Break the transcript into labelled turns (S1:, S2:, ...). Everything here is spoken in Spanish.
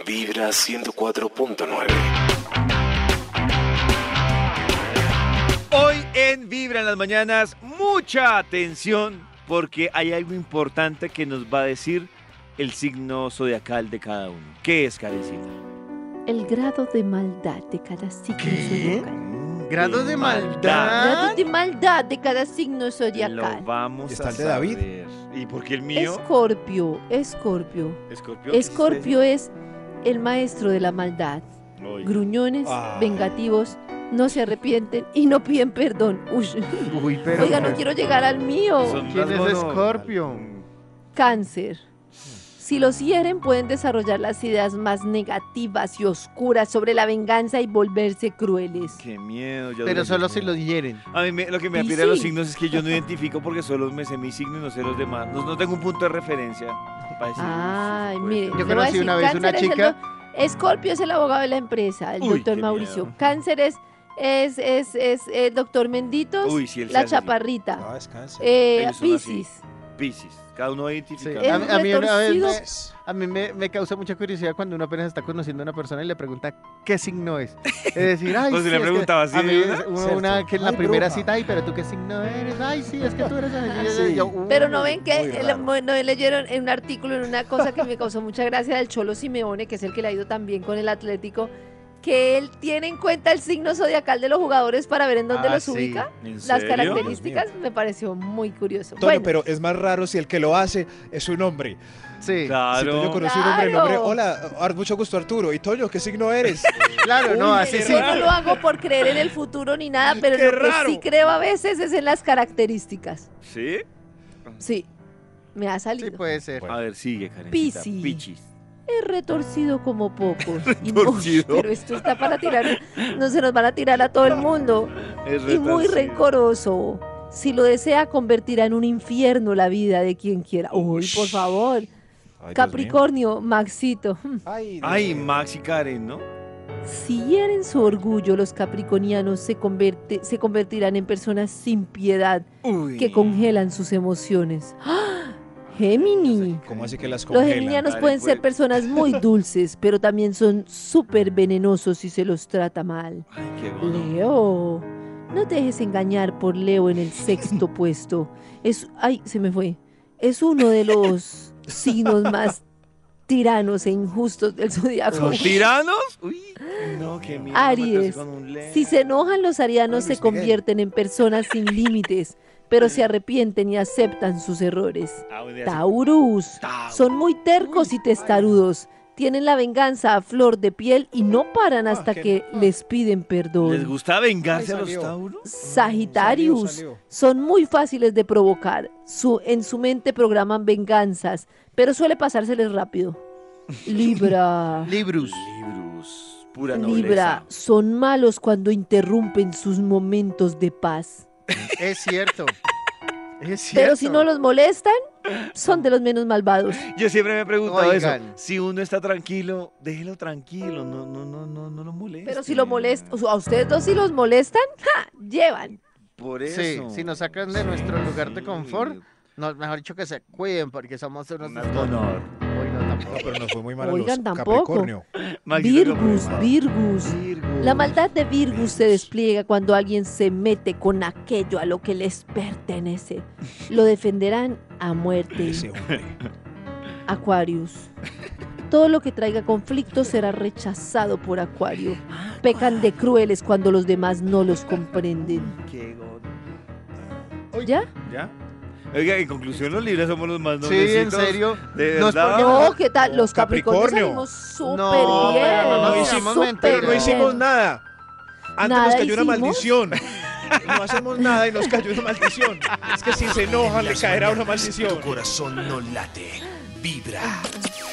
S1: Vibra 104.9.
S2: Hoy en Vibra en las mañanas, mucha atención porque hay algo importante que nos va a decir el signo zodiacal de cada uno. ¿Qué es, Karencita?
S3: El grado de maldad de cada signo zodiacal.
S4: Mm, Grado de maldad.
S3: Grado de maldad de cada signo
S2: ¿Ah? Lo
S3: zodiacal.
S2: vamos
S4: ¿Está
S2: a
S4: el de David?
S2: saber. ¿Y por qué el mío?
S3: Escorpio, Escorpio.
S2: Escorpio.
S3: Escorpio es el maestro de la maldad.
S2: Oiga.
S3: Gruñones,
S4: Ay.
S3: vengativos, no se arrepienten y no piden perdón. Uy,
S4: Uy, pero.
S3: Oiga, no quiero llegar al mío.
S2: Son
S4: ¿Quién es
S2: rasgos, no.
S4: Scorpio?
S3: Cáncer. Si los hieren, pueden desarrollar las ideas más negativas y oscuras sobre la venganza y volverse crueles.
S2: Qué miedo. ya
S4: Pero
S2: duré
S4: solo
S2: mucho.
S4: si los hieren.
S2: A mí me- lo que me
S3: Y
S2: apira a los
S3: sí.
S2: signos es que yo no identifico porque solo me sé mi signo y no sé los demás. No, no tengo un punto de referencia para decir.
S3: Ay, mire.
S4: Yo
S3: le voy a
S4: conocí
S3: decir,
S4: una vez una
S3: Cáncer es el
S4: chica-
S3: do- Escorpio es el abogado de la empresa, el
S2: Uy,
S3: doctor
S2: qué
S3: Mauricio.
S2: miedo.
S3: Cáncer es, es, es, es, eh, doctor Menditos,
S2: Uy, sí, él se
S3: la
S2: hace así.
S3: chaparrita.
S5: No, descansa.
S3: eh,
S2: Ellos son así.
S3: Piscis.
S2: Piscis. Cada uno identifica.
S4: Sí.
S3: Es
S4: A mí- a mí una vez
S3: retorcido.
S4: me- A mí me, me causa mucha curiosidad cuando uno apenas está conociendo a una persona y le pregunta qué signo es. Es decir, ay,
S2: O Pues si
S4: sí,
S2: le
S4: es que-
S2: preguntaba así
S4: A
S2: de
S4: mí
S2: una.
S4: es uno-
S5: Cierto.
S4: una que en la
S5: Ay,
S4: primera
S5: bruja.
S4: cita, ay, pero tú qué signo eres. Ay, sí, es que tú eres. yo- yo- "Uh". yo,
S3: Pero
S4: uy,
S3: no ven que
S5: muy
S3: eh,
S5: raro.
S3: le- no leyeron en un artículo, en una cosa que me causó mucha gracia del Cholo Simeone, que es el que le ha ido también con el Atlético, que él tiene en cuenta el signo zodiacal de los jugadores para ver en dónde
S4: Ah,
S3: los
S4: sí.
S3: ubica.
S2: ¿En
S3: Las
S2: serio?
S3: características me pareció muy curioso.
S5: Toño,
S3: bueno,
S5: pero es más raro si el que lo hace es un hombre.
S4: Sí,
S5: Si Toño
S2: Claro.
S5: conoce un hombre, el hombre,
S3: Claro.
S5: hola, Ar- mucho gusto Arturo. ¿Y Toño, qué signo eres?
S4: claro, no,
S5: Uy,
S4: así
S5: qué
S4: sí.
S3: yo no lo hago por creer en el futuro ni nada, pero
S5: ¡Qué
S3: lo que
S5: raro!
S3: sí creo a veces es en las características.
S2: ¿Sí?
S3: Sí, me ha
S4: Sí, pues.
S3: salido.
S4: puede ser.
S2: A ver, sigue, Karen.
S3: Piscis.
S2: Pichis.
S3: He retorcido como pocos. Y, uy,
S2: Retorcido.
S3: pero esto está para tirar, no se nos van a tirar a todo el mundo.
S2: Es
S3: y muy
S2: retorcido.
S3: rencoroso. Si lo desea, convertirá en un infierno la vida de quien quiera. Uy, por favor. Capricornio, Maxito.
S5: Ay, Dios
S2: Ay,
S5: mío.
S2: Max y Karen, ¿no?
S3: Si hieren su orgullo, los capricornianos se, converte- se convertirán en personas sin piedad
S2: Uy.
S3: que congelan sus emociones. ¡Ah! Gemini.
S5: ¿Cómo así que las
S3: Los
S5: congela?
S3: geminianos
S2: Dale,
S3: pueden
S2: pues.
S3: ser personas muy dulces, pero también son súper venenosos si se los trata mal.
S2: Ay, qué bueno.
S3: Leo, no te dejes engañar por Leo en el sexto puesto. Es, ay, se me fue. Es uno de los signos más tiranos e injustos del zodiaco.
S2: ¿Son tiranos? Uy. No, qué miedo.
S3: Aries,
S2: meterse con un Leo.
S3: Si se enojan, los arianos
S5: Ay,
S3: se
S5: Luis Miguel.
S3: convierten en personas sin límites, pero se arrepienten y aceptan sus errores.
S2: Ah, bueno, ya sé.
S3: Taurus,
S2: Tauro.
S3: son muy tercos y testarudos. Tienen la venganza a flor de piel y no paran
S5: Ah,
S3: hasta
S5: qué
S3: que les piden
S2: ¿Les
S3: perdón.
S2: gusta vengarse
S5: Ay,
S2: a los
S5: salió.
S2: Tauros?
S3: Sagitarius,
S5: Salió, salió.
S3: son muy fáciles de provocar. Su, en su mente programan venganzas, pero suele pasárseles rápido. Libra.
S4: Librus.
S2: Librus. Pura nobleza.
S3: Libra, son malos cuando interrumpen sus momentos de paz.
S4: Es cierto. Es cierto.
S3: Pero si no los molestan, son de los menos malvados.
S2: Yo siempre me he preguntado eso.
S4: Oigan.
S2: Si uno está tranquilo, déjelo tranquilo. No, no, no, no, no lo moleste.
S3: Pero si lo molestan, a ustedes dos si los molestan, ¡ja! llevan.
S2: Por
S4: Sí,
S2: eso.
S4: si nos sacan de nuestro lugar de
S2: Sí.
S4: confort, no, mejor dicho que se cuiden porque somos unos.
S2: Un honor.
S4: Uy, no,
S5: No,
S4: tampoco.
S5: pero nos fue muy mal a
S3: Oigan,
S5: los
S3: tampoco.
S5: Capricornio.
S2: Maxito, lo
S3: Virgus,
S2: problema.
S3: Virgus.
S2: Virgus.
S3: La maldad de Virgus se despliega cuando alguien se mete con aquello a lo que les pertenece. Lo defenderán a muerte.
S5: Ese hombre.
S3: Aquarius. Todo lo que traiga conflicto será rechazado por Acuario. Pecan de crueles cuando los demás no los comprenden.
S2: Qué gordo.
S3: ¿Ya?
S2: ¿Ya? Oiga, en conclusión, los libres somos los más
S4: Sí, en
S2: noblecitos.
S4: serio.
S2: De
S4: No es
S2: verdad.
S4: porque-
S3: No, ¿qué tal? Los Capricornios
S5: Capricornio.
S3: salimos súper
S4: No,
S3: bien.
S4: pero
S5: no
S4: hicimos
S3: súper
S4: mentira.
S5: Pero no hicimos
S3: bien.
S5: nada. Antes
S3: Nada
S5: nos cayó una
S3: hicimos.
S5: maldición. No hacemos nada y nos cayó una maldición. Es que si se enojan le caerá una maldición.
S6: corazón no late, vibra.